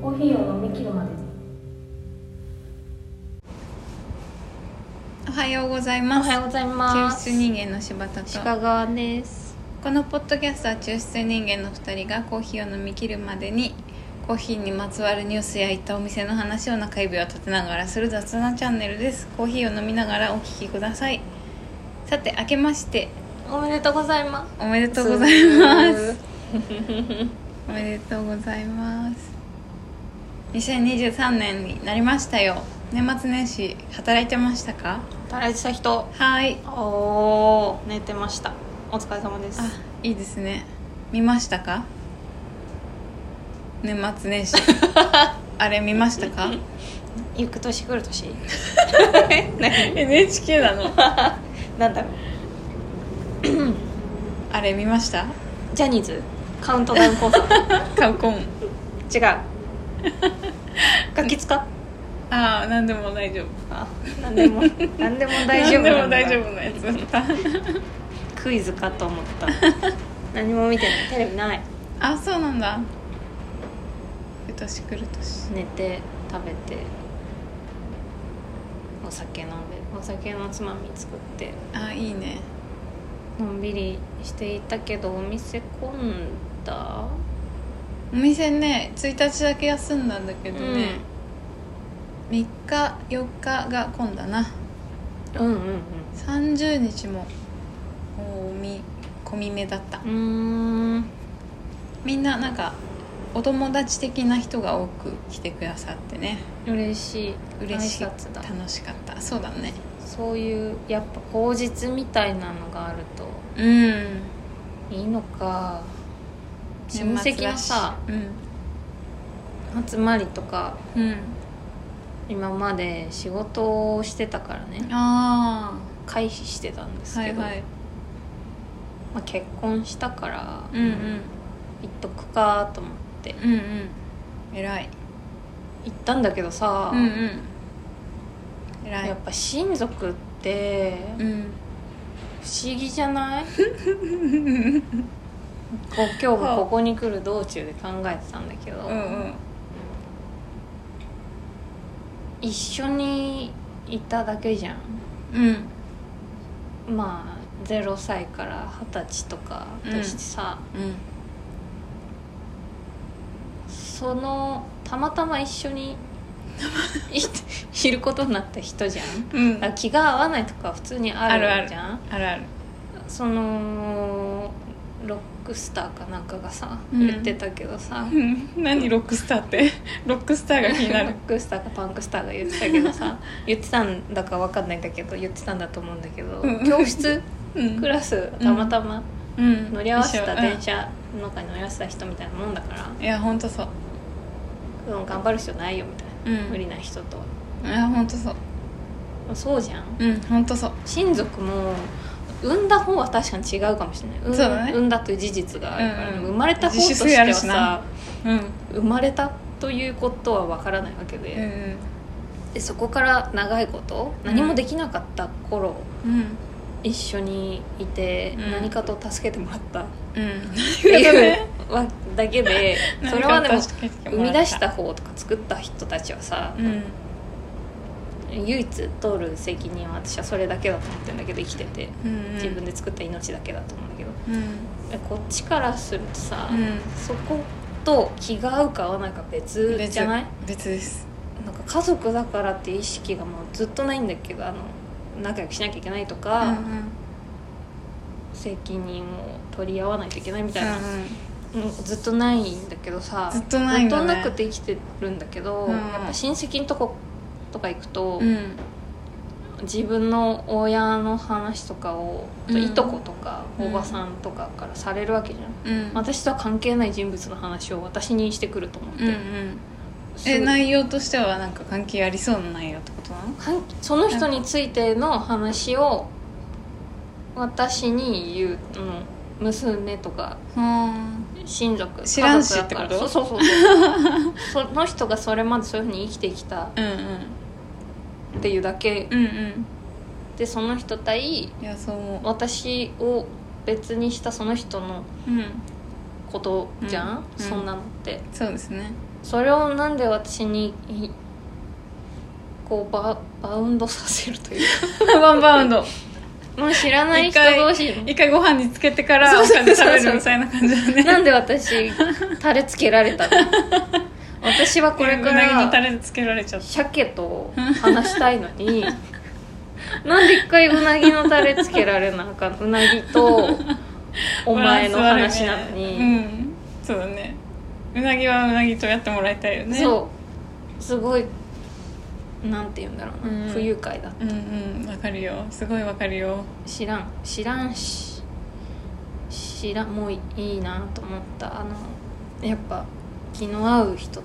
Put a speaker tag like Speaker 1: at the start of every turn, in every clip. Speaker 1: コーヒーを飲み切るまで
Speaker 2: おはようござい
Speaker 1: お
Speaker 2: ます
Speaker 1: はようございま
Speaker 2: 抽
Speaker 1: す
Speaker 2: 出人間の柴田と
Speaker 1: 鹿川です
Speaker 2: このポッドキャストは抽出人間の2人がコーヒーを飲み切るまでにコーヒーにまつわるニュースや行ったお店の話を中指を立てながらする雑談チャンネルですコーヒーを飲みながらお聞きくださいさて明けまして
Speaker 1: おめでとうございま
Speaker 2: おめですとうござい ますおめでとうございます2023年になりましたよ年末年始働いてましたか
Speaker 1: 働いてた人
Speaker 2: はい
Speaker 1: おー寝てましたお疲れ様です
Speaker 2: あいいですね見ましたか年末年 始あれ見ましたか
Speaker 1: 行く年来る年
Speaker 2: NHK なの
Speaker 1: なんだろう
Speaker 2: あれ見ました
Speaker 1: ジャニーズカウントダウンコンサート
Speaker 2: カウコン
Speaker 1: 違うガキ使っ
Speaker 2: ああ何でも大丈夫
Speaker 1: あ何で も何でも大丈夫
Speaker 2: 何で
Speaker 1: な
Speaker 2: も
Speaker 1: んだ
Speaker 2: 大丈夫なやつだった
Speaker 1: クイズかと思った 何も見てないテレビない
Speaker 2: あそうなんだ今年来る年
Speaker 1: 寝て食べてお酒飲んでお酒のつまみ作って
Speaker 2: あーいいね
Speaker 1: のんびりしていたけどお店混んだ
Speaker 2: お店ね1日だけ休んだんだけどね、3日4日が混んだな
Speaker 1: うんうんうん
Speaker 2: 30日もおみ込み目だった
Speaker 1: うーん
Speaker 2: みんななんかお友達的な人が多く来てくださってね
Speaker 1: 嬉しい
Speaker 2: 嬉しい
Speaker 1: 挨拶だ
Speaker 2: 楽しかったそうだね
Speaker 1: そういうやっぱ口実みたいなのがあると
Speaker 2: うん
Speaker 1: いいのか親
Speaker 2: 年末
Speaker 1: 戚
Speaker 2: だ
Speaker 1: の
Speaker 2: し
Speaker 1: さ集まりとか
Speaker 2: うん、うん、
Speaker 1: 今まで仕事をしてたからね
Speaker 2: あ
Speaker 1: 回避してたんで
Speaker 2: あ
Speaker 1: す
Speaker 2: は
Speaker 1: け
Speaker 2: い
Speaker 1: ど、
Speaker 2: はい
Speaker 1: まあ、結婚したから
Speaker 2: うんうん
Speaker 1: 行っとくかと思って
Speaker 2: うんうん偉い
Speaker 1: 行ったんだけどさ、
Speaker 2: うんうん偉
Speaker 1: やっ
Speaker 2: い
Speaker 1: ぱ親族って
Speaker 2: う
Speaker 1: 不
Speaker 2: ん
Speaker 1: 思議じゃ ないこう今日もここに来る道中で考えてたんだけど、
Speaker 2: うんうん
Speaker 1: 一緒にいただけじゃん
Speaker 2: うん
Speaker 1: まあ0歳から二十歳とかとしてさ、
Speaker 2: うん
Speaker 1: そのたまたま一緒にいいることになった人じゃん
Speaker 2: うん
Speaker 1: あ気が合わないとか普通にあ
Speaker 2: あるあ
Speaker 1: る
Speaker 2: る
Speaker 1: じゃん
Speaker 2: あるある
Speaker 1: そのロックスターかなんかがさ、
Speaker 2: うん
Speaker 1: 言ってたけどさ
Speaker 2: うん何ロックスターって ロックスターが気にな
Speaker 1: ロッ
Speaker 2: る
Speaker 1: クスターかパンクスターが言ってたけ どさ言ってたんだかわかんないんだけど言ってたんだと思うんだけど、
Speaker 2: うん
Speaker 1: 教室
Speaker 2: うん
Speaker 1: クラスたまたま
Speaker 2: うん
Speaker 1: 乗り合わせた
Speaker 2: 一緒うん
Speaker 1: 電車の中に乗り合わせた人みたいなもんだから、
Speaker 2: いや本当そう
Speaker 1: うん頑張る必要ないよみたいな、
Speaker 2: うん
Speaker 1: 無理な人とは、
Speaker 2: いや本当そう
Speaker 1: まあそうじゃん
Speaker 2: うん本当そう
Speaker 1: 親族も産んだ方は確かに違うかもしれない産ん
Speaker 2: そうだね
Speaker 1: 産んだという事実があるから、
Speaker 2: うんうん
Speaker 1: 生まれた方として
Speaker 2: 自主性あ
Speaker 1: は
Speaker 2: るし
Speaker 1: さ
Speaker 2: なうん
Speaker 1: 生まれたということは分からないわけで,、
Speaker 2: うん
Speaker 1: でそこから長いこと
Speaker 2: うん
Speaker 1: 何もできなかった頃、
Speaker 2: うん
Speaker 1: 一緒にいて、
Speaker 2: うん
Speaker 1: 何かと助けてもらったっ
Speaker 2: うん
Speaker 1: ていうわだ けでそれはでも生み出したた方とか作った人たちはさ
Speaker 2: うん
Speaker 1: 唯一通る責任は私はそれだけだと思ってるんだけど生きてて
Speaker 2: うん
Speaker 1: 自分で作った命だけだと思うんだけど、
Speaker 2: うん
Speaker 1: でこっちからするとさ、
Speaker 2: うん
Speaker 1: そこと気が合うか合わないか別
Speaker 2: 別
Speaker 1: じゃない
Speaker 2: 別です
Speaker 1: なんか家族だからっていう意識がもうずっとないんだけどあの仲良くしなきゃいけないと
Speaker 2: う
Speaker 1: か、
Speaker 2: んうん
Speaker 1: 責任を取り合わないといけないみたいな、
Speaker 2: うん
Speaker 1: うんずっとないんだけどさ
Speaker 2: ずっとないんだね
Speaker 1: ずっとなくて生きてるんだけど、
Speaker 2: うん
Speaker 1: やっぱ親戚のとことか行くと、
Speaker 2: うん
Speaker 1: 自分の親の話とかを、
Speaker 2: うん
Speaker 1: いとことか
Speaker 2: うん
Speaker 1: おばさんとかからされるわけじゃん、
Speaker 2: うん
Speaker 1: 私とは関係ない人物の話を私にしてくると思って、
Speaker 2: うんうん
Speaker 1: す
Speaker 2: え内容としてはなんか関係ありそうな内容ってことなの
Speaker 1: 関その人についての話を私に言うの娘とか
Speaker 2: うん
Speaker 1: 親族
Speaker 2: 知らんし
Speaker 1: 家族だから
Speaker 2: ってこと
Speaker 1: そうそうそう そうその人がそれまでそういうふうに生きてきたっ
Speaker 2: うん
Speaker 1: ていうだけ
Speaker 2: うんうん
Speaker 1: でその人対
Speaker 2: いやそう思
Speaker 1: 私を別にしたその人の
Speaker 2: ううん
Speaker 1: ことじゃん、
Speaker 2: うん
Speaker 1: そんなのって
Speaker 2: そうですね
Speaker 1: それをなんで私にいこうババウンドさせる という
Speaker 2: ワンバウンド
Speaker 1: かもう知らない
Speaker 2: 一
Speaker 1: 人
Speaker 2: 回
Speaker 1: 同士の
Speaker 2: 一回ご飯につけてから
Speaker 1: そ
Speaker 2: お
Speaker 1: うそうそ
Speaker 2: 金
Speaker 1: うそう
Speaker 2: 食べるみたいな感じだね
Speaker 1: なんで私タレつけられ たの私はこれか
Speaker 2: うなぎのタ
Speaker 1: ら
Speaker 2: レつけられちゃっ
Speaker 1: 鮭と話したいのに なんで一回うなぎのタレつけられなあかんうなぎと
Speaker 2: た
Speaker 1: お前の
Speaker 2: バランス
Speaker 1: 話
Speaker 2: 悪いね
Speaker 1: な のに、
Speaker 2: うんそうだねうなぎはうなぎとやってもらいたいよね
Speaker 1: そうすごいなんて言うんだろうな、
Speaker 2: うん
Speaker 1: 不愉快だ
Speaker 2: ううんうんわかるよすごいわかるよ
Speaker 1: 知らん知らんし知らんもういいなと思ったあのやっぱ気の合う人と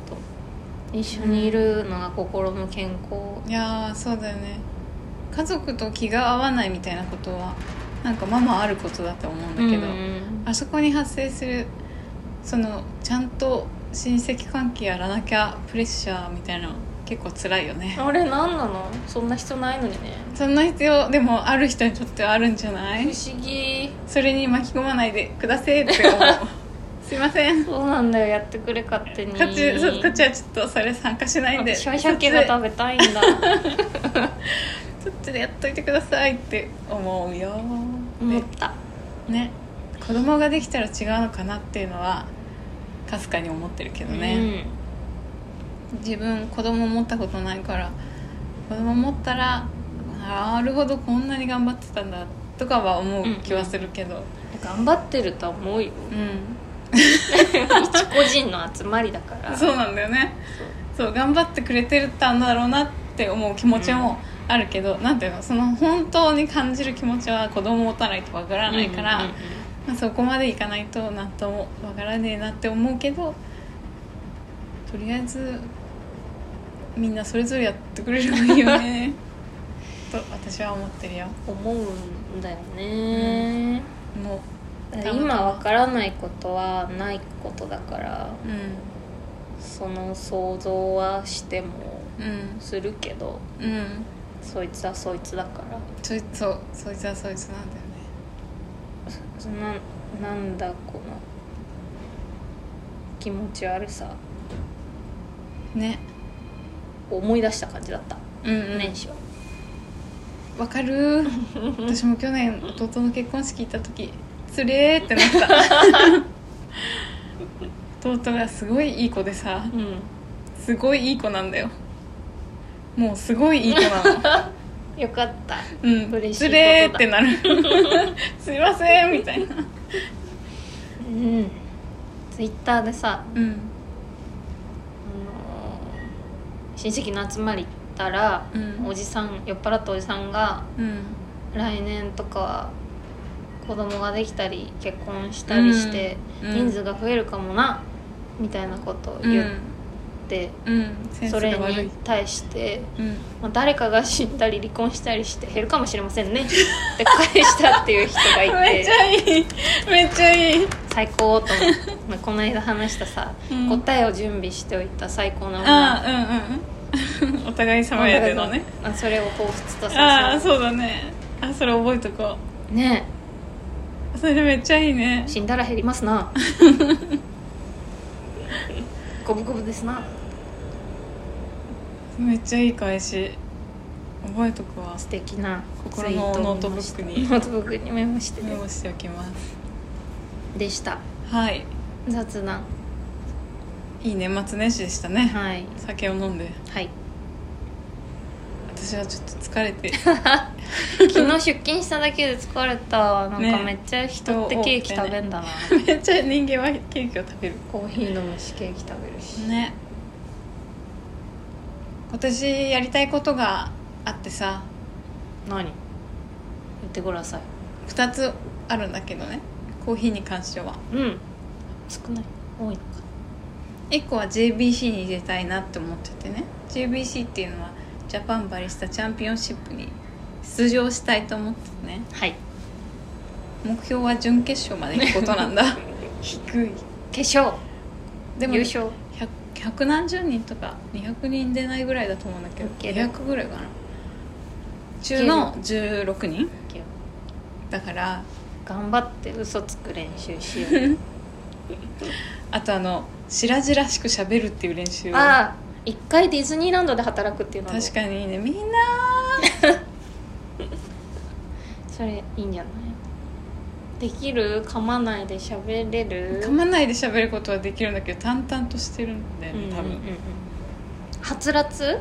Speaker 1: 一緒にいるのが心の健康
Speaker 2: いやーそうだよね家族と気が合わないみたいなことはなんかままあることだと思うんだけど、
Speaker 1: うん
Speaker 2: あそこに発生するそのちゃんと親戚関係やらなきゃプレッシャーみたいなの結構辛いよね
Speaker 1: あれ何なのそんな人ないのにね
Speaker 2: そんな必要でもある人にとってはあるんじゃな
Speaker 1: 不
Speaker 2: い
Speaker 1: 思議
Speaker 2: それに巻き込まないでくださいって思う すいませんこ
Speaker 1: そうなんだよやってくれ勝手に
Speaker 2: っちそうこっちはちょっとそれ参加しないんで
Speaker 1: 私は鮭が
Speaker 2: そっ
Speaker 1: 食べたいん だ
Speaker 2: ちでそっちでやっといてくださいって思うよ
Speaker 1: 思った
Speaker 2: でね子供ができたら違うのかなっていうのはかすかに思ってるけどね、自分子供持ったことないから子供持ったらなるほどこんなに頑張ってたんだとかは思う気はするけど
Speaker 1: うん頑張ってるとは思 うよ
Speaker 2: うん、
Speaker 1: 一個人の集まりだから
Speaker 2: そうなんだよねそう頑張ってくれてたんだろうなって思う気持ちもあるけど、なんていうのその本当に感じる気持ちは子供持たないとわからないから、
Speaker 1: うんうんうん
Speaker 2: まあ、そこまでいかないとなんともわからねえなって思うけどとりあえずみんなそれぞれやってくれればいいよ ねと私は思ってるよ
Speaker 1: 思うんだよね、
Speaker 2: も
Speaker 1: だから今わからないことはないことだから
Speaker 2: う
Speaker 1: その想像はしても
Speaker 2: うんうん
Speaker 1: するけど
Speaker 2: うん
Speaker 1: そいつはそいつだから
Speaker 2: ちょいそうそいつはそいつなんだよね
Speaker 1: そななんだこの気持ち悪さ
Speaker 2: ね
Speaker 1: 思い出した感じだった
Speaker 2: うんうん
Speaker 1: 年始は、
Speaker 2: わか る私も去年弟の結婚式行った時つれーってなった 弟がすごいいい子でさ
Speaker 1: うん、
Speaker 2: すごいいい子なんだよもうすごいいい子 なの
Speaker 1: よかった
Speaker 2: うん
Speaker 1: 嬉しいこと
Speaker 2: つ
Speaker 1: だ
Speaker 2: れーって なるすいませんみたいな
Speaker 1: うんツイッターでさ
Speaker 2: うん
Speaker 1: あの親戚の集まり行ったら、
Speaker 2: うん
Speaker 1: おじさん酔っ払ったおじさんが
Speaker 2: うん
Speaker 1: 来年とかは子供ができたり結婚したりして、
Speaker 2: うん
Speaker 1: 人数が増えるかもなみたいなことを
Speaker 2: う
Speaker 1: 言っ
Speaker 2: ん
Speaker 1: て、
Speaker 2: うんセン
Speaker 1: そ
Speaker 2: ス
Speaker 1: れ
Speaker 2: が悪
Speaker 1: に
Speaker 2: い
Speaker 1: 対して、
Speaker 2: うん
Speaker 1: まあ、誰かが死んだり離婚したりして減るかもしれませんねって返したっていう人がい
Speaker 2: めってちゃいいめっちゃいい
Speaker 1: 最高と思ってまあこの間話したさ、
Speaker 2: うん
Speaker 1: 答えを準備しておいた最高なもの
Speaker 2: あーうんうんうん お互い様やでのね
Speaker 1: あそれを彷彿と
Speaker 2: ああ
Speaker 1: させ
Speaker 2: そうだねあそれ覚えとこ
Speaker 1: るね
Speaker 2: うそれめっちゃいいね
Speaker 1: え死んだら減りま すな五分五分ですな
Speaker 2: めっちゃいい返し覚えとくわ
Speaker 1: 素敵な
Speaker 2: 心の
Speaker 1: ツイ
Speaker 2: ノー
Speaker 1: を見
Speaker 2: トブ
Speaker 1: ま
Speaker 2: ッ
Speaker 1: し
Speaker 2: ク
Speaker 1: た
Speaker 2: に
Speaker 1: ノートブックにメモして
Speaker 2: メ
Speaker 1: ね
Speaker 2: モしておきます
Speaker 1: でした
Speaker 2: はい
Speaker 1: 雑談
Speaker 2: いい年末年始でしたね
Speaker 1: はい
Speaker 2: 酒を飲んで
Speaker 1: はい
Speaker 2: 私はちょっと疲れ て
Speaker 1: 昨日出勤しただけで疲れたわなんか
Speaker 2: ね
Speaker 1: めっちゃ人ってケーキ食べんだな、
Speaker 2: めっちゃ人間はケーキを食べる
Speaker 1: コーヒー飲むしケーキ食べるし、
Speaker 2: ね今年やりたいことがあってさ
Speaker 1: 何言ってください
Speaker 2: 2つあるんだけどねコーヒーに関しては
Speaker 1: うん少ない多いのか
Speaker 2: 1個は JBC に出たいなって思っててね JBC っていうのはジャパンバリスタチャンピオンシップに出場したいと思っててね
Speaker 1: はい
Speaker 2: 目標は準決勝まで行くことなんだ 低い
Speaker 1: 決勝
Speaker 2: でも
Speaker 1: 優勝
Speaker 2: 100百何十人とか200人出ないぐらいだと思うんだけど
Speaker 1: いける
Speaker 2: 200ぐらいかな中の16人
Speaker 1: けど
Speaker 2: だから
Speaker 1: 頑張って嘘つく練習しよ う
Speaker 2: あとあの白々しく喋るっていう練習を
Speaker 1: ああ一回ディズニーランドで働くっていうのはどう
Speaker 2: 確かにいいねみんな
Speaker 1: それいいんじゃないできる噛まないで喋れる
Speaker 2: 噛まないで喋ることはできるんだけど淡々としてるんだよね多分、
Speaker 1: うんうんうんうんはつらつ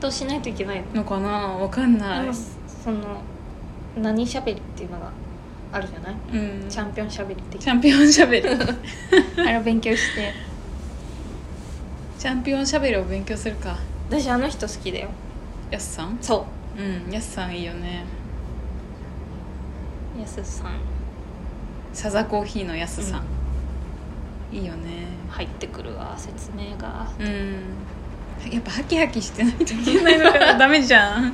Speaker 1: としないといけない
Speaker 2: のかなわかんない
Speaker 1: でもその何喋りっていうのがあるじゃない、
Speaker 2: うん
Speaker 1: チャンピオン喋りって
Speaker 2: チャンピオン喋り
Speaker 1: あれを勉強して
Speaker 2: チャンピオン喋りを勉強するか
Speaker 1: 私あの人好きだよ
Speaker 2: やすさん
Speaker 1: そ
Speaker 2: うんやすさんいいよね
Speaker 1: うやすさん
Speaker 2: サザコーヒーのやすさん、いいよね
Speaker 1: 入ってくるわ説明が
Speaker 2: うんやっぱハキハキしてないといけないのかなダメじゃん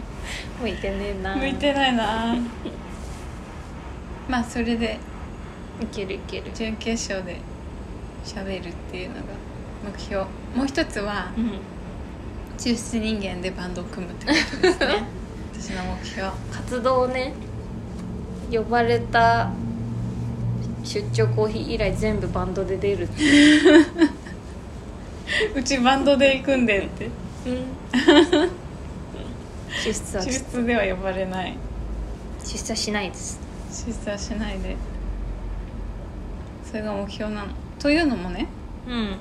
Speaker 1: 向いてねえな
Speaker 2: 向いてないなまあそれで
Speaker 1: いけるいける
Speaker 2: 準決勝で喋るっていうのが目標もう一つは
Speaker 1: うん
Speaker 2: 抽出人間でバンドを組むってことですね私の目標
Speaker 1: 活動ね呼ばれた出張コーヒー以来全部バンドで出るっていう
Speaker 2: うちバンドで行くんでって
Speaker 1: 出 出は
Speaker 2: 抽出では呼ばれない
Speaker 1: 出産しないです
Speaker 2: 抽出はしないでそれが目標なのというのもね
Speaker 1: うん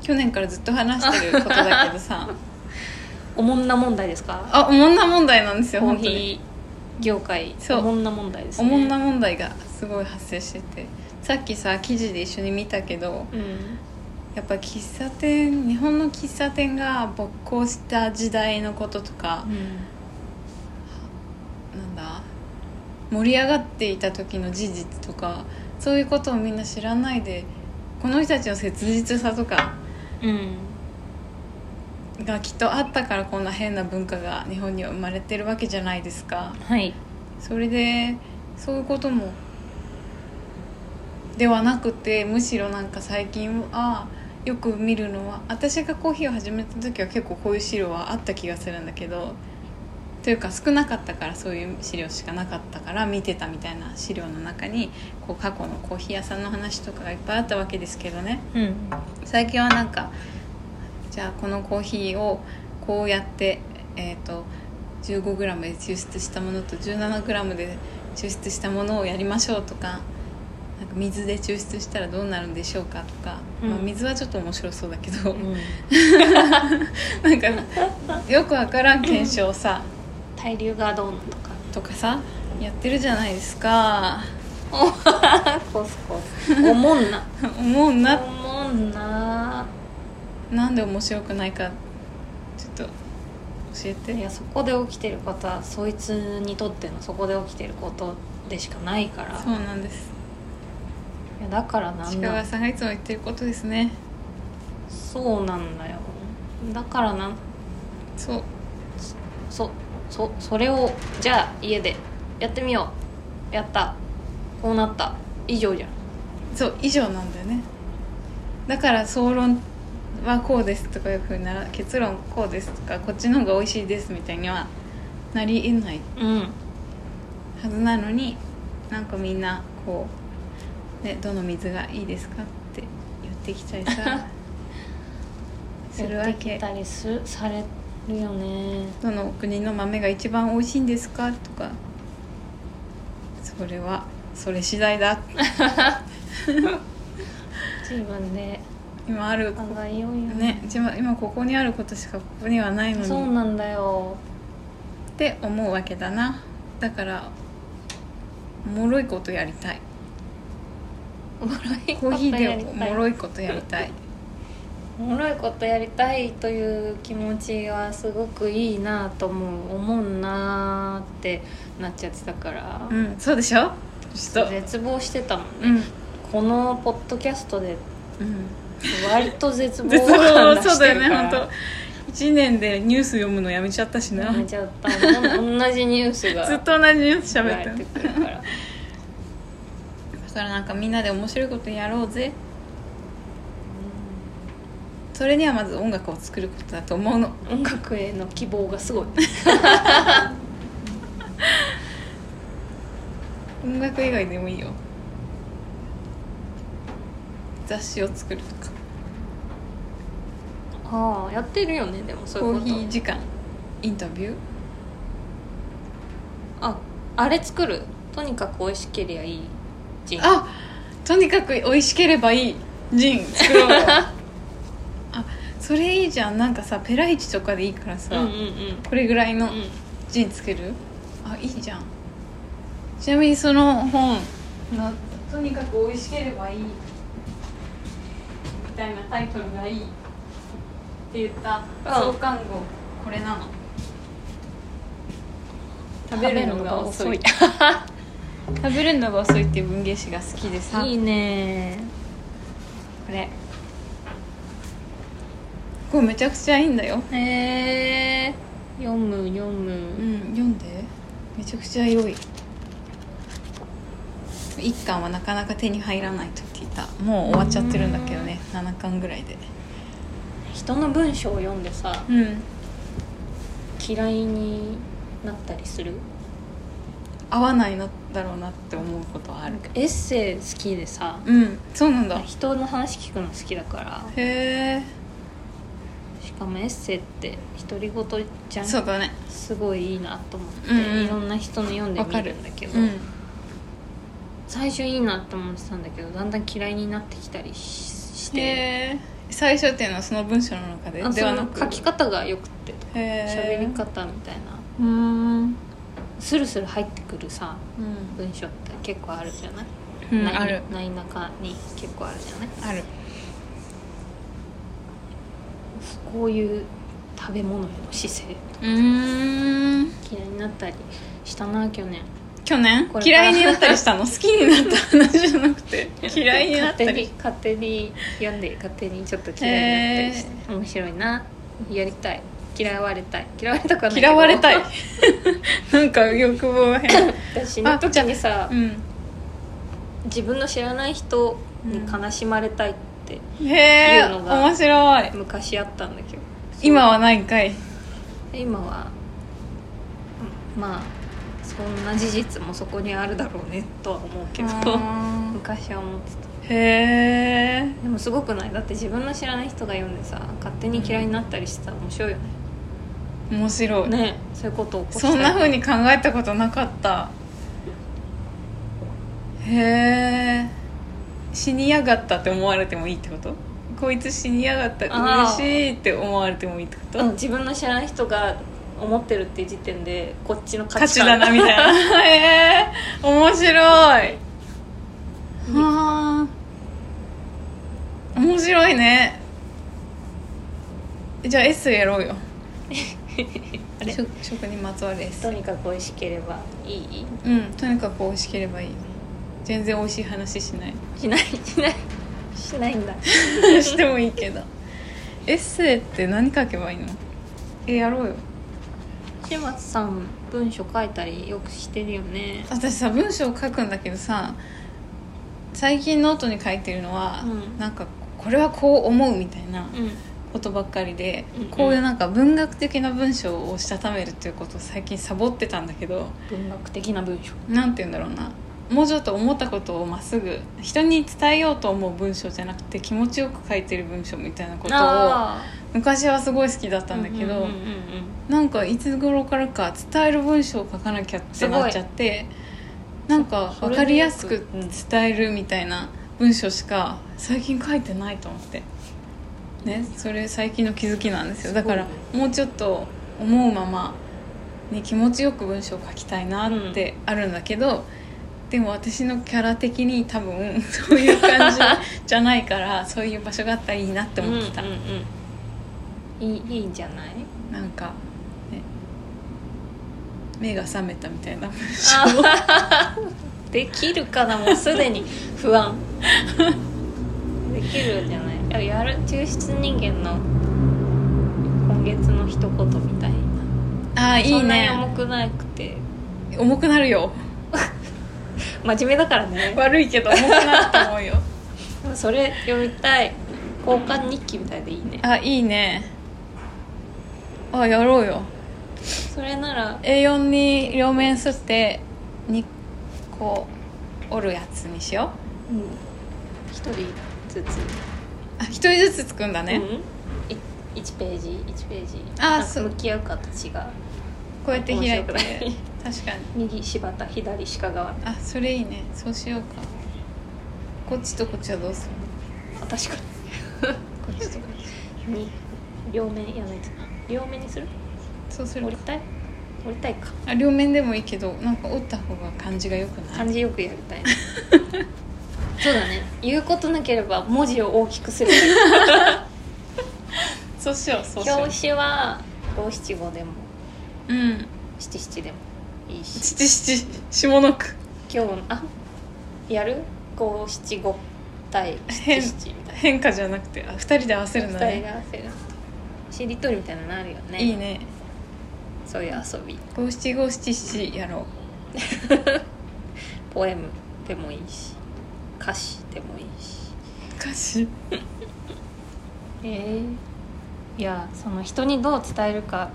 Speaker 2: 去年からずっと話してることだけど さ
Speaker 1: おもんな問題ですか
Speaker 2: あおもんな問題なんですよ
Speaker 1: コー
Speaker 2: 本
Speaker 1: ヒ
Speaker 2: 当に
Speaker 1: ー業界
Speaker 2: そう
Speaker 1: おもんな問題です
Speaker 2: お
Speaker 1: ね
Speaker 2: もんな問題がすごい発生しててさっきさ記事で一緒に見たけど
Speaker 1: うん
Speaker 2: やっぱ喫茶店日本の喫茶店が勃興した時代のこととか、なんだ盛り上がっていた時の事実とかそういうことをみんな知らないでこの人たちの切実さとか
Speaker 1: うん
Speaker 2: がきっとあったからこんな変な文化が日本には生まれてるわけじゃないですか
Speaker 1: はい
Speaker 2: それでそういうこともではなくてむしろなんか最近はよく見るのは私がコーヒーを始めた時は結構こういう資料はあった気がするんだけどというか少なかったからそういう資料しかなかったから見てたみたいな資料の中にこう過去のコーヒー屋さんの話とかがいっぱいあったわけですけどね
Speaker 1: うん
Speaker 2: 最近はなんかじゃあこのコーヒーをこうやって、えー、と 15g で抽出したものと 17g で抽出したものをやりましょうとかなんか水で抽出したらどうなるんでしょうかとか、
Speaker 1: うん
Speaker 2: まあ、水はちょっと面白そうだけど、
Speaker 1: うん
Speaker 2: なんかよくわからん検証さ
Speaker 1: 対流がどうのとか
Speaker 2: とかさやってるじゃないですか
Speaker 1: コスコスおもんな
Speaker 2: 思うな
Speaker 1: おもんな
Speaker 2: なんで面白くないかちょっと教えて
Speaker 1: いやそこで起きてることはそいつにとってのそこで起きてることでしかないから
Speaker 2: そうなんです
Speaker 1: いやだからなん
Speaker 2: 近
Speaker 1: だ
Speaker 2: 川さんがいつも言ってることですね
Speaker 1: そうなんだよだからなん
Speaker 2: そう
Speaker 1: そそそれをじゃあ家でやってみようやったこうなった以上じゃん
Speaker 2: そう以上なんだよねだから総論はこうですとかいうふうになら結論こうですとかこっちの方が美味しいですみたいにはなり得ない
Speaker 1: うん
Speaker 2: はずなのになんかみんなこう、ね「どの水がいいですか?」って言ってきたりさするわ
Speaker 1: やって
Speaker 2: け
Speaker 1: きたりすされるよね
Speaker 2: どの国の豆が一番美味しいんですかとかそれはそれ次第だ
Speaker 1: 自分で
Speaker 2: 今ある
Speaker 1: 考えようよ
Speaker 2: ね自分今ここにあることしかここにはないのに
Speaker 1: そうなんだよ
Speaker 2: って思うわけだなだからおもろいことやりたい
Speaker 1: おもろい
Speaker 2: コ
Speaker 1: こ
Speaker 2: ー
Speaker 1: と
Speaker 2: ヒー
Speaker 1: やり
Speaker 2: でお
Speaker 1: たい
Speaker 2: もろいことやりたい
Speaker 1: おもろいことやりたいという気持ちはすごくいいなと思う思うなーってなっちゃってたから
Speaker 2: う、んそうでしょちょっと
Speaker 1: 絶望してたもん
Speaker 2: うん、
Speaker 1: ね、このポッドキャストで
Speaker 2: うん、
Speaker 1: 割と絶望
Speaker 2: 絶望
Speaker 1: 感出
Speaker 2: そう
Speaker 1: し
Speaker 2: だ
Speaker 1: て
Speaker 2: よ
Speaker 1: る
Speaker 2: ね
Speaker 1: か
Speaker 2: 本
Speaker 1: ら
Speaker 2: 当1年でニュース読むのやめちゃったしな
Speaker 1: やめ
Speaker 2: ず
Speaker 1: ちゃった同じニュースが
Speaker 2: っと同じニュース喋って
Speaker 1: 入って
Speaker 2: る
Speaker 1: くるから
Speaker 2: だからなんかみんなで面白いことやろうぜそれにはまず音楽を作ることだと思うの
Speaker 1: 音楽への希望がすごい
Speaker 2: 音楽以外でもいいよ雑誌を作るとか
Speaker 1: ああやってるよねでもそ
Speaker 2: コ
Speaker 1: ういう
Speaker 2: ー
Speaker 1: こ
Speaker 2: ヒ
Speaker 1: と
Speaker 2: ー時間インタビュー
Speaker 1: ああれ作るとにかく美味しけりゃいいジン
Speaker 2: あとにかく美味しければいいジン作ろうよ あそれいいじゃんなんかさペライチとかでいいから
Speaker 1: うん
Speaker 2: さ、
Speaker 1: うんうん
Speaker 2: これぐらいの
Speaker 1: うん
Speaker 2: ジン作るあいいじゃんちなみにその本のとにかく美味しければいいみたいなタイトルがいいって言った
Speaker 1: うん
Speaker 2: 創刊号これなの食べるのが遅い 食べるのが遅いっていう文芸誌が好きでさ
Speaker 1: いいね
Speaker 2: これこれめちゃくちゃいいんだよ
Speaker 1: へえ読む読む
Speaker 2: ん読んでめちゃくちゃ良い1巻はなかなか手に入らないと聞いたもう終わっちゃってるんだけどね7巻ぐらいで
Speaker 1: 人の文章を読んでさ
Speaker 2: うん
Speaker 1: 嫌いになったりする
Speaker 2: 合わないのだろうなって思うことはあるけど
Speaker 1: エッセイ好きでさ
Speaker 2: うんそうなんだへ
Speaker 1: 人の話聞くの好きだから
Speaker 2: え
Speaker 1: しかもエッセイって独り言じゃん
Speaker 2: そうだね
Speaker 1: すごいいいなと思って、
Speaker 2: うんうん
Speaker 1: いろんな人の読んで
Speaker 2: わか
Speaker 1: み
Speaker 2: る
Speaker 1: るんだけど、
Speaker 2: うん
Speaker 1: 最初いいなって思ってたんだけどだんだん嫌いになってきたりしし
Speaker 2: へ
Speaker 1: て
Speaker 2: え最初っていうのはその文章の中で
Speaker 1: あ
Speaker 2: で
Speaker 1: そ
Speaker 2: はな
Speaker 1: の
Speaker 2: く
Speaker 1: 書き方がよくて
Speaker 2: へえ
Speaker 1: 喋り方みたいな
Speaker 2: うーんうん
Speaker 1: スルスル入ってくるさ文章って結構あるじゃない、
Speaker 2: うん
Speaker 1: ない
Speaker 2: ある
Speaker 1: ない中に結構あるじゃない
Speaker 2: ある
Speaker 1: こういう食べ物への姿勢
Speaker 2: うーん
Speaker 1: 嫌いになったりしたな去年
Speaker 2: 去年
Speaker 1: これから
Speaker 2: 嫌いになったり したの好きになった話じゃなくて嫌いになったり
Speaker 1: 勝手に勝手に読んで勝手にちょっと嫌いになったりして、面白いなやりたい嫌われたい嫌われたくはないけど
Speaker 2: 嫌われたいなんか欲望が変
Speaker 1: 私の時にさ
Speaker 2: う
Speaker 1: 自分の知らない人に悲しまれたいって
Speaker 2: んへえ
Speaker 1: 言うのが
Speaker 2: 面白い
Speaker 1: 昔あったんだけど
Speaker 2: 今はないんかい
Speaker 1: 今はうんまあそんな事実もそこにあるだろうねとは思うけど
Speaker 2: あ
Speaker 1: 昔は思って
Speaker 2: ー
Speaker 1: た
Speaker 2: へえ
Speaker 1: でもすごくないだって自分の知らない人が読んでさ勝手に嫌いになったりしてたら面白いよね
Speaker 2: 面白い
Speaker 1: ねそういうことを起こしたい
Speaker 2: そんな風に考えたことなかったへえ死にやがったって思われてもいいってことこいつ死にやがった
Speaker 1: あ
Speaker 2: 嬉
Speaker 1: ー
Speaker 2: しいって思われてもいいってこと、
Speaker 1: うん自分の知らない人が思ってるっていう時点でこっちの価
Speaker 2: 価
Speaker 1: 値
Speaker 2: 値
Speaker 1: 観
Speaker 2: だなみたいなええ面白いはあ面白いねじゃあエッセイやろうよ
Speaker 1: あれ
Speaker 2: 食食にまつわるエッセ
Speaker 1: と
Speaker 2: イ
Speaker 1: にかく美味しければいい
Speaker 2: うんとにかく美味しければいい全然美味しい話し ない
Speaker 1: しないしないしないんだ
Speaker 2: してもいいけどエッセイって何書けばいいのえやろうよ
Speaker 1: 島松さん文章書いたりよくしてるよね
Speaker 2: 私さ文章を書くんだけどさ最近ノートに書いてるのは、
Speaker 1: うん
Speaker 2: なんかこれはこう思うみたいな
Speaker 1: うん
Speaker 2: ことばっかりで、
Speaker 1: うんうん
Speaker 2: こういうなんか文学的な文章をしたためるっていうことを最近サボってたんだけど
Speaker 1: 文学的な文章
Speaker 2: なんて言うんだろうなもうちょっと思ったことをまっすぐ人に伝えようと思う文章じゃなくて気持ちよく書いてる文章みたいなことを
Speaker 1: あ
Speaker 2: 昔はすごい好きだったんだけど、
Speaker 1: うんうんうん
Speaker 2: なんかいつ頃からか伝える文章を書かなきゃってなっちゃってなんか
Speaker 1: そ
Speaker 2: 分かりやすく伝えるみたいな文章しか最近書いてないと思ってねそれ最近の気づきなんですよ
Speaker 1: すごい
Speaker 2: だからもうちょっと思うまま、ね、気持ちよく文章を書きたいなってあるんだけど、でも私のキャラ的に多分そういう感 じじゃないからそういう場所があったらいいなって
Speaker 1: うん
Speaker 2: 思ってた。
Speaker 1: うんうんうんいいいいんじゃない
Speaker 2: なんか、ね、目が覚めたみたい な
Speaker 1: できるかなもうすでに不 安できるんじゃないいややる抽出人間の今月の一言みたいな
Speaker 2: あーいい
Speaker 1: そんなに
Speaker 2: ね
Speaker 1: 重くなくて
Speaker 2: 重くなるよ
Speaker 1: 真面目だからね
Speaker 2: 悪いけど重くなると思う よ
Speaker 1: でもそれ読みたい交換日記みたいでいいね
Speaker 2: あいいねあやろうよ
Speaker 1: それなら
Speaker 2: A4 に両面すって2個おるやつにしよ
Speaker 1: うん一人ずつ
Speaker 2: うあ一人ずつ作るんだね、
Speaker 1: うん、い1ページ1ページ
Speaker 2: あー
Speaker 1: なんか
Speaker 2: そう
Speaker 1: 向き合う形が
Speaker 2: こうやって開いて
Speaker 1: 面白くない
Speaker 2: 確かに
Speaker 1: 右柴田左鹿川
Speaker 2: あそれいいねそうしようかこっちとこっちはどうする
Speaker 1: あ確か
Speaker 2: こっちとこっち
Speaker 1: にに両面やめて両面にする
Speaker 2: そうする
Speaker 1: 折
Speaker 2: か
Speaker 1: りたい折りたいか
Speaker 2: あ両面でもいいけどなんか折った方が感じがよくない
Speaker 1: 感じよくやり たいなそうだね言うことなければ文字を大きくする
Speaker 2: そうしようそうしよ
Speaker 1: 表紙は五七五でも
Speaker 2: ううん
Speaker 1: 七七でもいいし
Speaker 2: 七七下の句
Speaker 1: 今日のあやる五七五対七
Speaker 2: 変
Speaker 1: 七みたい
Speaker 2: 変化じゃなくてあ二人で合わせるん
Speaker 1: な
Speaker 2: だ
Speaker 1: 二人
Speaker 2: ね
Speaker 1: で合わせるしりとりみたいなのあるよね
Speaker 2: いいね
Speaker 1: そういう遊び
Speaker 2: 五七五七七やろ
Speaker 1: ポエムでもいいし歌詞でもいいし
Speaker 2: う歌詞
Speaker 1: えー、いやその人にどう伝えるか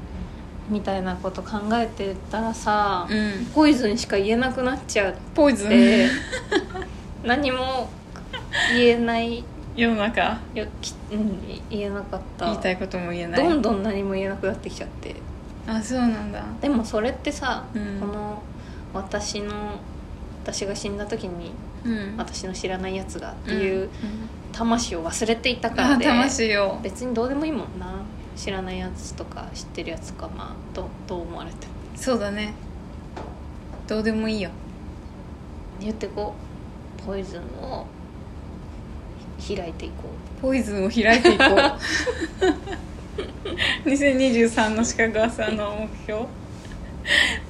Speaker 1: みたいなこと考えてたらさ、
Speaker 2: うん
Speaker 1: ポイズンしか言えなくなっちゃっ
Speaker 2: ポイズン、
Speaker 1: て何も言えない
Speaker 2: 世の中
Speaker 1: よき、うん、言えなかった
Speaker 2: 言いたいことも言えない
Speaker 1: どんどん何も言えなくなってきちゃって
Speaker 2: あそうなんだ
Speaker 1: でもそれってさ、
Speaker 2: うん
Speaker 1: この私の私が死んだ時に
Speaker 2: うん
Speaker 1: 私の知らないやつがってい
Speaker 2: ん
Speaker 1: う、
Speaker 2: ん
Speaker 1: 魂を忘れていたから
Speaker 2: あ
Speaker 1: で
Speaker 2: 魂よ
Speaker 1: 別にどうでもいいもんな知らないやつとか知ってるやつとかまあどうどう思われても
Speaker 2: そうだねどうでもいいよ
Speaker 1: 言ってこうポイズンを開いていこ
Speaker 2: ポイズンを開いていこう 2023の鹿川さんの目標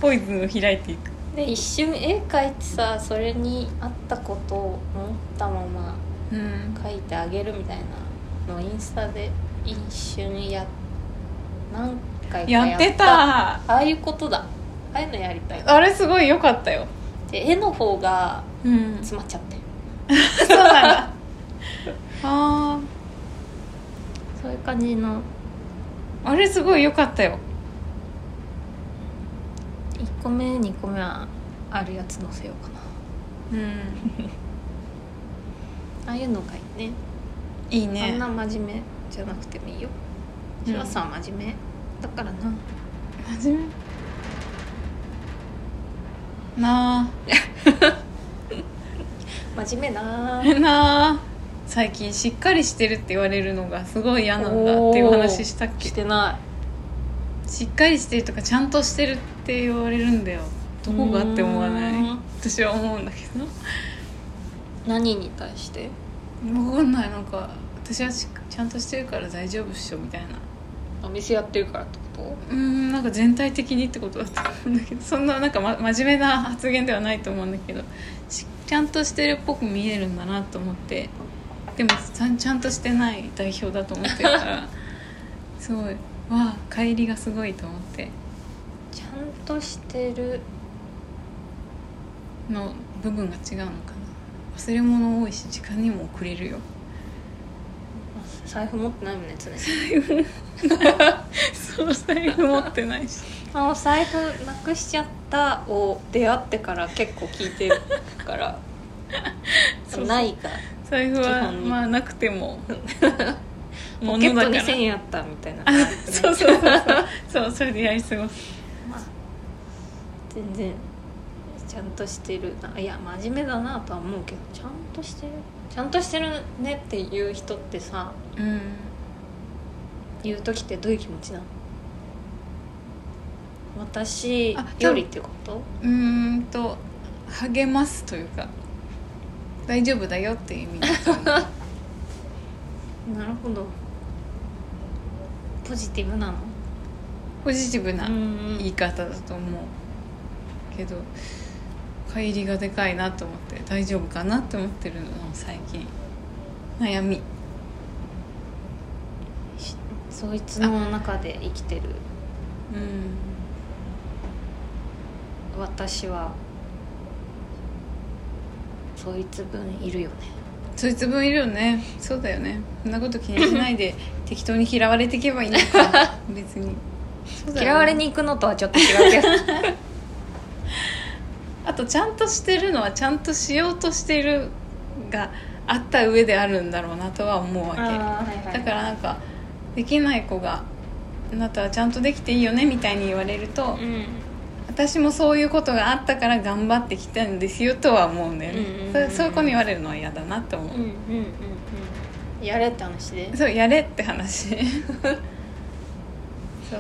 Speaker 2: ポイズンを開いていく
Speaker 1: うで一瞬絵描いてさそれに合ったことを思ったまま
Speaker 2: うん
Speaker 1: 描いてあげるみたいなのをインスタで一瞬や何回か
Speaker 2: やって
Speaker 1: あ
Speaker 2: た
Speaker 1: あいうことだああいうのやりたい
Speaker 2: あれすごい良かったよ
Speaker 1: で絵の方が
Speaker 2: うん
Speaker 1: 詰まっちゃって
Speaker 2: そうなん だあ
Speaker 1: そういう感じの
Speaker 2: ーあれすごい良かったよ
Speaker 1: 1個目2個目はあるやつ載せようかな
Speaker 2: うん
Speaker 1: ああいうのがいいね
Speaker 2: いい
Speaker 1: そん
Speaker 2: ね
Speaker 1: な真面目じゃなくてもいいよ
Speaker 2: うん
Speaker 1: シワさんは真面目だからな
Speaker 2: 真面目な
Speaker 1: 真面目な
Speaker 2: あなあ最近しっかりしてるって言われるのがすごい嫌なんだっていう話したっけ
Speaker 1: してな
Speaker 2: しっかりしてるとかちゃんとしてるって言われるんだよどこがって思わな
Speaker 1: うー
Speaker 2: い
Speaker 1: ん
Speaker 2: 私は思うんだけど
Speaker 1: い何に対して
Speaker 2: 分かんないなんか私はしちゃんとしてるから大丈夫っしょみたいな
Speaker 1: お店やってるからってこ
Speaker 2: うーんなんか全体的にってことだと思うんだけどそんななんか、ま、真面目な発言ではないと思うんだけどしちゃんとしてるっぽく見えるんだなと思ってでもちゃんちゃんとしてない代表だと思ってるから すごいわあ帰りがすごいと思って
Speaker 1: とちゃんとしてる
Speaker 2: の部分が違うのかな忘れ物多いし時間にも遅れるよ
Speaker 1: 財布持ってないもんね常に
Speaker 2: そう財布持ってないし
Speaker 1: あお財布なくしちゃったを出会ってから結構聞いてるから
Speaker 2: そうそう
Speaker 1: ないか
Speaker 2: 財布
Speaker 1: 基
Speaker 2: は
Speaker 1: 本に
Speaker 2: まあなくて も
Speaker 1: ポケット
Speaker 2: 物だ
Speaker 1: 2000
Speaker 2: から
Speaker 1: 円あったみ たいな
Speaker 2: そうそうそうそうそうそれでやり過ごす
Speaker 1: まあ全然ちゃんとしてるないや真面目だなとは思うけどちゃんとしてるちゃんとしてるねっていう人ってさ
Speaker 2: うん
Speaker 1: 言う時ってどういう気持ちなの私
Speaker 2: あ
Speaker 1: よりってこと
Speaker 2: うーんと励ますというか大丈夫だよっていう意味だと思う
Speaker 1: なるほどポジティブなの
Speaker 2: ポジティブな
Speaker 1: うん
Speaker 2: 言い方だと思うけど帰りがでかいなと思って大丈夫かなって思ってるの最近悩み
Speaker 1: そいつの中で生きてる
Speaker 2: うん
Speaker 1: 私はそいつ分いるよね
Speaker 2: そいつ分いるよねそうだよねそんなこと気にしない で適当に嫌われていけばいいのか別にそうだよね
Speaker 1: 嫌われに行くのとはちょっと違うけど
Speaker 2: あとちゃんとしてるのはちゃんとしようとしてるがあった上であるんだろうなとは思うわけ
Speaker 1: あーはいはい
Speaker 2: だからなんかできない子が「あなたはちゃんとできていいよね」みたいに言われると、
Speaker 1: うん
Speaker 2: 私もそういうことがあったから頑張ってきたんですよとは思うんだよね、
Speaker 1: うんうんうんうん
Speaker 2: それそういう子に言われるのは嫌だなと思
Speaker 1: うんうん
Speaker 2: う、
Speaker 1: うんうんやれって話で
Speaker 2: そうやれって話 そう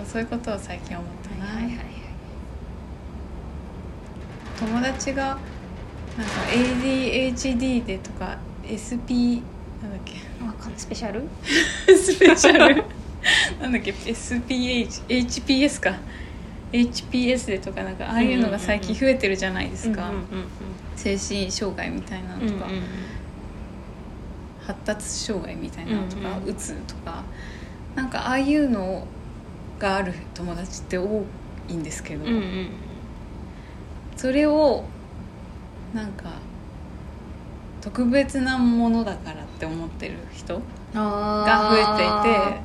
Speaker 2: そういうことを最近思ったな、友達がなんか ADHD でとか SP なんだ っけ
Speaker 1: わかんないスペシャル
Speaker 2: スペシャルなんだっけ SPHHPS か HPS でとかなんかああいうのが最近増えてるじゃないですか、
Speaker 1: うんうん
Speaker 2: 精神障害みたいなの
Speaker 1: うんうん
Speaker 2: とか、発達障害みたいなのとか、
Speaker 1: うんうん
Speaker 2: うつとかなんかああいうのがある友達って多いんですけど、
Speaker 1: うんうんうん
Speaker 2: それをなんか特別なものだからって思ってる人が
Speaker 1: あ
Speaker 2: 増
Speaker 1: ー
Speaker 2: えていて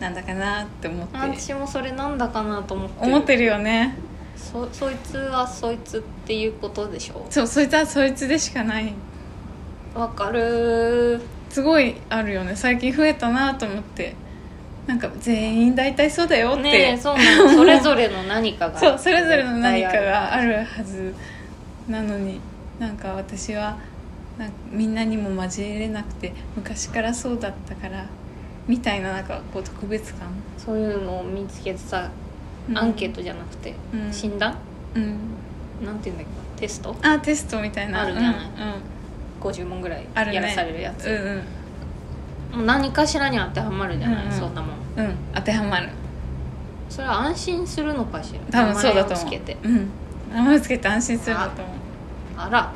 Speaker 2: なんだかなって思って
Speaker 1: 私もそれなんだかなと思ってる
Speaker 2: 思ってるよね
Speaker 1: そそいつはそいつっていうことでしょ
Speaker 2: そうそいつはそいつでしかない
Speaker 1: わかる
Speaker 2: すごいあるよね最近増えたなと思ってなんか全員大体そうだよって、
Speaker 1: ねえそうなのそれぞれの何かが
Speaker 2: そうそれぞれの何か
Speaker 1: 絶対ある
Speaker 2: があるはずなのになんか私はなんかみんなにも交えれなくて昔からそうだったからみたいななんかこう特別感、
Speaker 1: そういうのを見つけてさアンケートじゃなくて、
Speaker 2: うん
Speaker 1: 診断
Speaker 2: うん
Speaker 1: なんていうんだっけテスト
Speaker 2: あテストみたいな
Speaker 1: あるじゃない
Speaker 2: うんうん
Speaker 1: 50問ぐらい
Speaker 2: あるね
Speaker 1: やらされるやつ、
Speaker 2: うんうん
Speaker 1: もう何かしらに当てはまるじゃない、
Speaker 2: うんうん
Speaker 1: そんなもん
Speaker 2: うん当てはまる
Speaker 1: それは安心するのかしら
Speaker 2: 多分そうだと思
Speaker 1: 名前を
Speaker 2: う
Speaker 1: つけて
Speaker 2: うん、名前をつけて安心するんだと思
Speaker 1: あら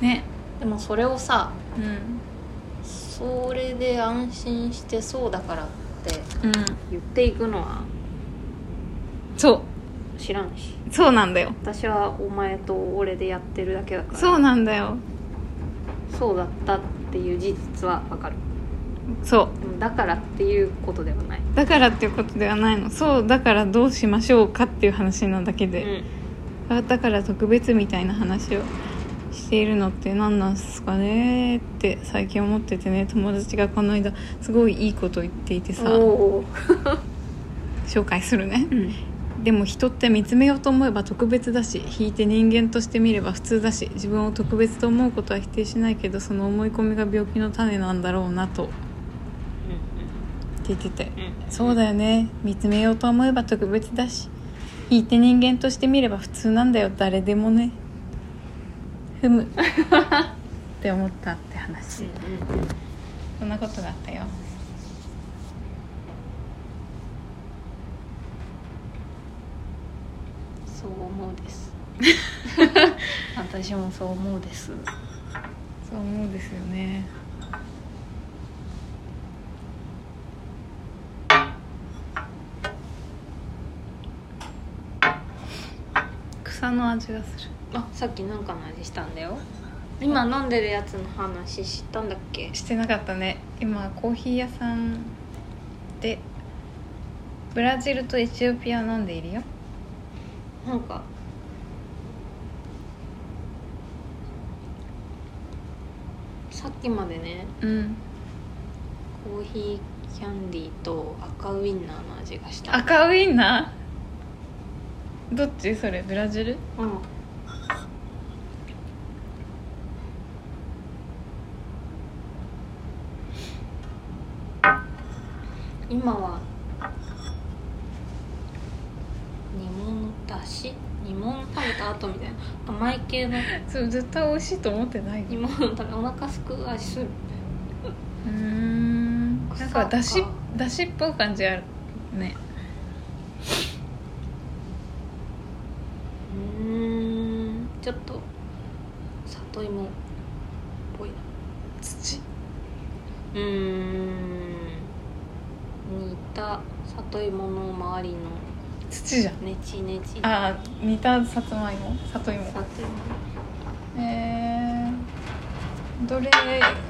Speaker 2: うね
Speaker 1: でもそれをさ
Speaker 2: うん
Speaker 1: それで安心してそうだからって
Speaker 2: うん
Speaker 1: 言っていくのは
Speaker 2: そう
Speaker 1: 知らんし
Speaker 2: そうなんだよ
Speaker 1: 私はお前と俺でやってるだけだから
Speaker 2: そうなんだよ
Speaker 1: そうだったっていう事実はわかる
Speaker 2: そう
Speaker 1: でもだからっていうことではない、
Speaker 2: だからっていうことではないのそうだからどうしましょうかっていう話なだけ
Speaker 1: う
Speaker 2: で、
Speaker 1: ん、
Speaker 2: あだから特別みたいな話をしているのって何なんすかねって最近思っててね友達がこの間すごいいいこと言っていてさ
Speaker 1: おお、
Speaker 2: 紹介するね
Speaker 1: うん、
Speaker 2: でも人って見つめようと思えば特別だし引いて人間として見れば普通だし自分を特別と思うことは否定しないけどその思い込みが病気の種なんだろうなとって言ってて
Speaker 1: うんうん
Speaker 2: そうだよね見つめようと思えば特別だし引いて人間として見れば普通なんだよ誰でもねふむって思ったって話
Speaker 1: うんうん
Speaker 2: そんなことがあったよ
Speaker 1: そう思うです 私もそう思うです
Speaker 2: そう思うですよね草の味がする
Speaker 1: あさっきなんかの味したんだよ今飲んでるやつの話知ったんだっけ
Speaker 2: してなかったね今コーヒー屋さんでブラジルとエチオピア飲んでいるよ
Speaker 1: なんかさっきまでね
Speaker 2: うん
Speaker 1: コーヒーキャンディーと赤ウインナーの味がした
Speaker 2: 赤ウインナーどっちそれブラジル
Speaker 1: うん今は煮物だし煮物食べた後みたいな甘い系の
Speaker 2: そう絶対美味しいと思ってない
Speaker 1: 煮物食べお腹すく味する
Speaker 2: うんなんかだし
Speaker 1: 草か
Speaker 2: だしっぽい感じあるね
Speaker 1: うーんちょっと里芋っぽいな
Speaker 2: 土
Speaker 1: うーん煮た里芋の周りの
Speaker 2: 土じゃん
Speaker 1: ねちねち
Speaker 2: あー煮たさつまいも里芋
Speaker 1: 里芋
Speaker 2: えー、どれ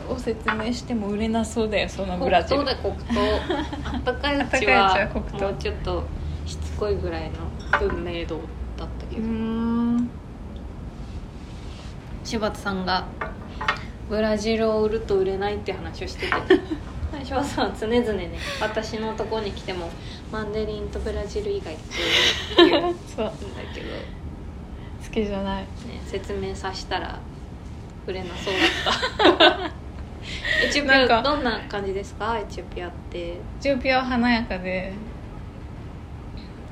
Speaker 2: を説明しても売れなそうだよそのブ
Speaker 1: 黒
Speaker 2: ラジル
Speaker 1: 糖で黒糖あったかいうち
Speaker 2: あったかいう
Speaker 1: は
Speaker 2: ちは黒糖
Speaker 1: もうちょっとしつこいぐらいの文明堂だったけ
Speaker 2: うー
Speaker 1: ど、
Speaker 2: ん
Speaker 1: 柴田さんがブラジルを売ると売れないって話をして て柴田さんは常々ね私のとこに来てもマンデリンとブラジル以外って言 うんだ
Speaker 2: そう
Speaker 1: けど、ね、
Speaker 2: 好きじゃない
Speaker 1: 説明させたら売れなそうだった エチオピ
Speaker 2: な
Speaker 1: ア
Speaker 2: んか
Speaker 1: どんな感じですかエチオピアって
Speaker 2: エチオピアは華やかで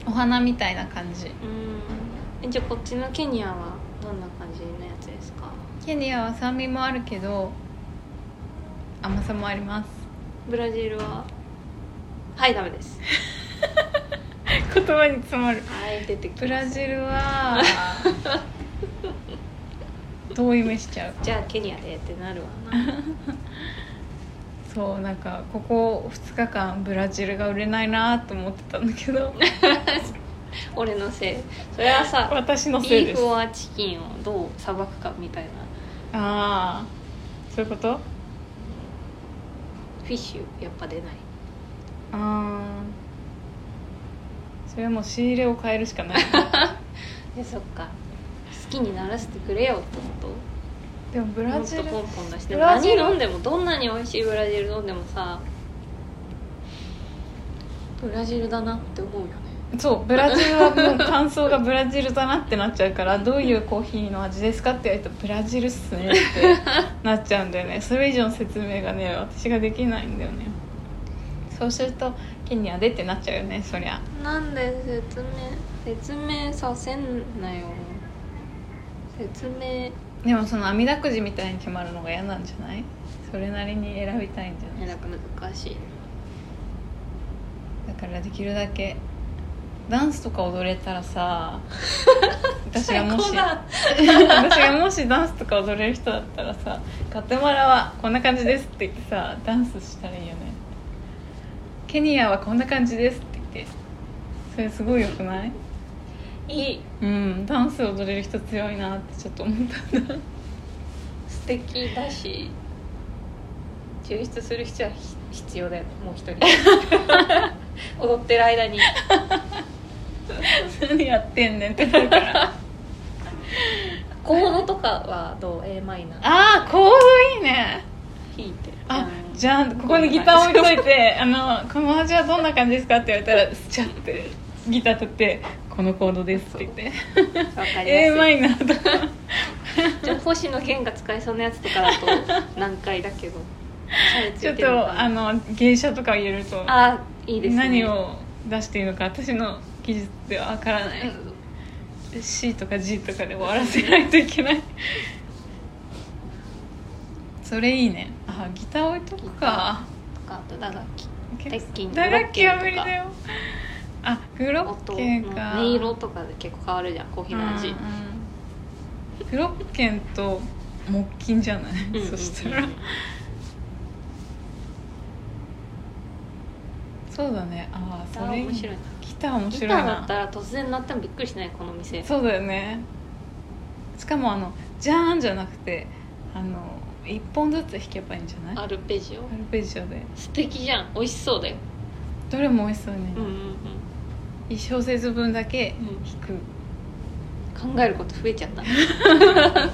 Speaker 2: お花みたいな感じ
Speaker 1: うんじゃあこっちのケニアはどんな感じのやつですか
Speaker 2: ケニアは酸味もあるけど甘さもあります
Speaker 1: ブラジルははいダメです
Speaker 2: 言葉に詰まる
Speaker 1: はい出てきます
Speaker 2: ブラジル は遠い目しちゃう
Speaker 1: じゃあケニアでってなるわ な
Speaker 2: そうなんかここ2日間ブラジルが売れないなと思ってたんだけど
Speaker 1: 俺のせいそれはさ
Speaker 2: 私のせい
Speaker 1: ビ
Speaker 2: で
Speaker 1: ー
Speaker 2: す
Speaker 1: フォアチキンをどうさばくかみたいな
Speaker 2: ああそういうこと
Speaker 1: フィッシュやっぱ出ない
Speaker 2: ああそれはもう仕入れを変えるしかない
Speaker 1: でそっか好きにならせてくれよってこと
Speaker 2: でもブラ
Speaker 1: もっ
Speaker 2: ジ
Speaker 1: と
Speaker 2: ル
Speaker 1: ポンポン出して
Speaker 2: ブラジ
Speaker 1: 何
Speaker 2: ル
Speaker 1: 飲んでもどんなに美味しいブラジル飲んでもさブラジルだなって思うよね
Speaker 2: そうブラジルはもう感想がブラジルだなってなっちゃうからどういうコーヒーの味ですかって言われたらブラジルっすねってなっちゃうんだよねそれ以上の説明がね私ができないんだよねそうするとケニアでってなっちゃうよねそりゃ
Speaker 1: なんで説明説明させんなよ説明
Speaker 2: でもその網だくじみたいに決まるのが嫌なんじゃないそれなりに選びたいんじゃない
Speaker 1: なんか難しいな
Speaker 2: だからできるだけダンスとか踊れたら さ私がもし 私がもしダンスとか踊れる人だったらさ「ガテマラはこんな感じです」って言ってさダンスしたらいいよねケニアはこんな感じですって言ってそれすごいよくない
Speaker 1: いい
Speaker 2: うんダンス踊れる人強いなってちょっと思ったんだ
Speaker 1: 素敵だし抽出する人はひ必要だよねもう一 人踊ってる間に
Speaker 2: 何やってんねんってなるから
Speaker 1: コードとかはどう a マイナー
Speaker 2: ああこういいね
Speaker 1: 弾いて
Speaker 2: あ
Speaker 1: うん
Speaker 2: じゃあここにギター置いといて「あのこの味はどんな感じですか?」って言われたら「スチャ」ってギター取って「このコードです」って言って
Speaker 1: わか
Speaker 2: 「
Speaker 1: りやすい
Speaker 2: a マイナ ー」とか
Speaker 1: じゃあ星野源が使えそうなやつとかだと難解だけど
Speaker 2: ちょっとあ
Speaker 1: の
Speaker 2: の芸者とか入れると
Speaker 1: あいいですね
Speaker 2: 何を出していいのか私の技術ではわからない、
Speaker 1: う
Speaker 2: C とか G とかで終わらせないといけ ないそれいいねあギター置いとくか
Speaker 1: んとかあと打楽器
Speaker 2: 結構
Speaker 1: 鉄筋
Speaker 2: 打楽器は無理
Speaker 1: グロッケンとか
Speaker 2: だよあグロッ
Speaker 1: 音
Speaker 2: ケン
Speaker 1: の
Speaker 2: か
Speaker 1: 音色とかで結構変わるじゃんコーヒーの味、
Speaker 2: うんうんグロッケンと木琴じゃない、
Speaker 1: うんうんうん
Speaker 2: そしたらそうだねああ
Speaker 1: ギタ
Speaker 2: そ
Speaker 1: ー
Speaker 2: れ
Speaker 1: 面白いな
Speaker 2: ギター面
Speaker 1: ギタ
Speaker 2: 白
Speaker 1: ー
Speaker 2: いな
Speaker 1: だったら突然鳴ってもびっくりしないこの店
Speaker 2: そうだよねしかもあのジャーンじゃなくてあの一本ずつ弾けばいいんじゃない
Speaker 1: アルペジオ
Speaker 2: アルペジオで
Speaker 1: 素敵じゃん美味しそうだよ
Speaker 2: どれも美味しそうね、
Speaker 1: うんうん
Speaker 2: 一小節分だけ弾く、
Speaker 1: うん考えること増えちゃった
Speaker 2: あ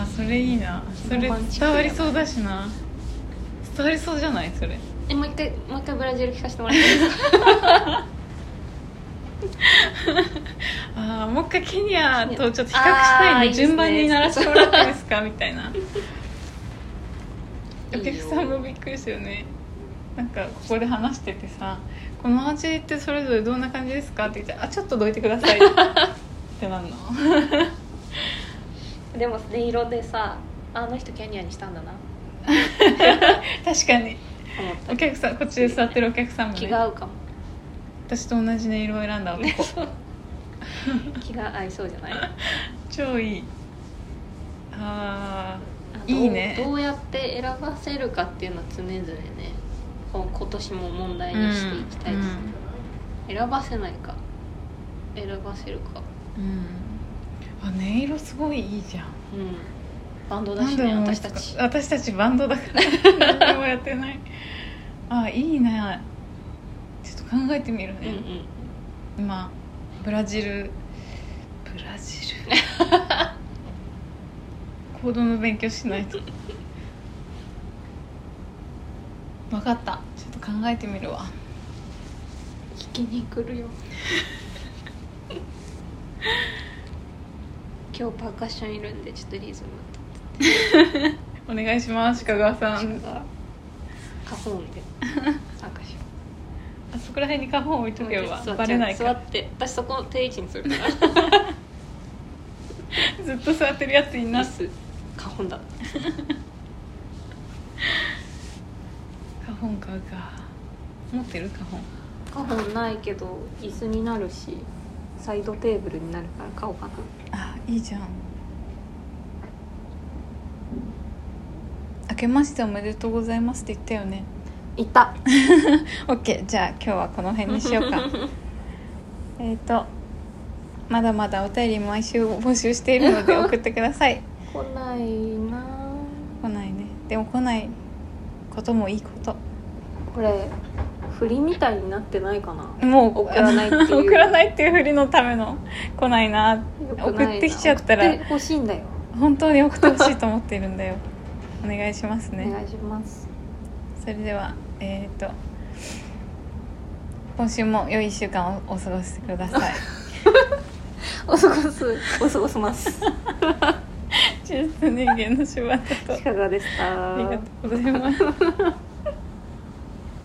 Speaker 2: あそれいいなそれ
Speaker 1: ロマンチック
Speaker 2: 伝わりそうだしな伝わりそうじゃないそれ
Speaker 1: えもう一回もう一回ブラジル聞かせてもらっていいですか
Speaker 2: ああもう一回ケニアとちょっと比較し
Speaker 1: あ
Speaker 2: た
Speaker 1: ー
Speaker 2: いね
Speaker 1: いいですね
Speaker 2: 順番に鳴らしてもらっていいですかみたいない
Speaker 1: い
Speaker 2: お
Speaker 1: よ
Speaker 2: 客さんもびっくりしたよねなんかここで話しててさ「この味ってそれぞれどんな感じですか?」って言って「あちょっとどいてくだ さい」ってなんの
Speaker 1: でも音色でさあの人ケニアにしたんだな
Speaker 2: 確かに
Speaker 1: と思った
Speaker 2: お客さんこっちで座ってるお客さんも、ね、
Speaker 1: 気が合うかも
Speaker 2: 私と同じ音色を選んだ男
Speaker 1: 気が合いそうじゃない
Speaker 2: 超いいあ
Speaker 1: あの
Speaker 2: いいね
Speaker 1: どうやって選ばせるかっていうのは常々ねこう今年も問題にしていきたいですね、選ばせないか選ばせる
Speaker 2: あ、
Speaker 1: か
Speaker 2: うん、あ音色すごいいいじゃん
Speaker 1: うんバンドだ
Speaker 2: なん
Speaker 1: し
Speaker 2: で
Speaker 1: ね
Speaker 2: 思い
Speaker 1: 私
Speaker 2: つか
Speaker 1: たち
Speaker 2: 私たちバンドだから何もやってない あいいねちょっと考えてみる
Speaker 1: うんう
Speaker 2: ね、
Speaker 1: ん
Speaker 2: 今ブラジルブラジル行動の勉強し ないと分かったちょっと考えてみるわ
Speaker 1: 聞きに来るよ今日パーカッションいるんでちょっとリズム
Speaker 2: お願いします鹿川さん
Speaker 1: がカホン でパーカッション
Speaker 2: あそこら辺に花粉置いとけよ
Speaker 1: 座っちゃう
Speaker 2: バレないか
Speaker 1: 座
Speaker 2: ら
Speaker 1: って私そこ定位置にするから
Speaker 2: ずっと座ってるやついな
Speaker 1: ナス花粉だ
Speaker 2: 花粉かが持ってる花粉
Speaker 1: 花粉ないけど椅子になるしサイドテーブルになるから買おうかな
Speaker 2: あいいじゃん明けましておめでとうございますって言ったよね
Speaker 1: いた
Speaker 2: OK じゃあ今日はこの辺にしよ うかえっとまだまだお便り毎週募集しているので送ってください
Speaker 1: 来ないな
Speaker 2: 来ないねでも来ないこともいいこと
Speaker 1: これ振りみたいになってないか な
Speaker 2: もう
Speaker 1: 送らないっていう
Speaker 2: 送らないっていうふりのための来ないな
Speaker 1: よくないな
Speaker 2: 送ってきちゃったら
Speaker 1: 送ってほしいんだよ、
Speaker 2: 本当に送ってほしいと思ってるん だよお願いしますね
Speaker 1: お願いします
Speaker 2: それではえっ、と今週も良い1週間をお過ごしくだ さい
Speaker 1: お過ごすお過ごします
Speaker 2: 中枢人間の柴田と
Speaker 1: いかがでした
Speaker 2: ありがとうございます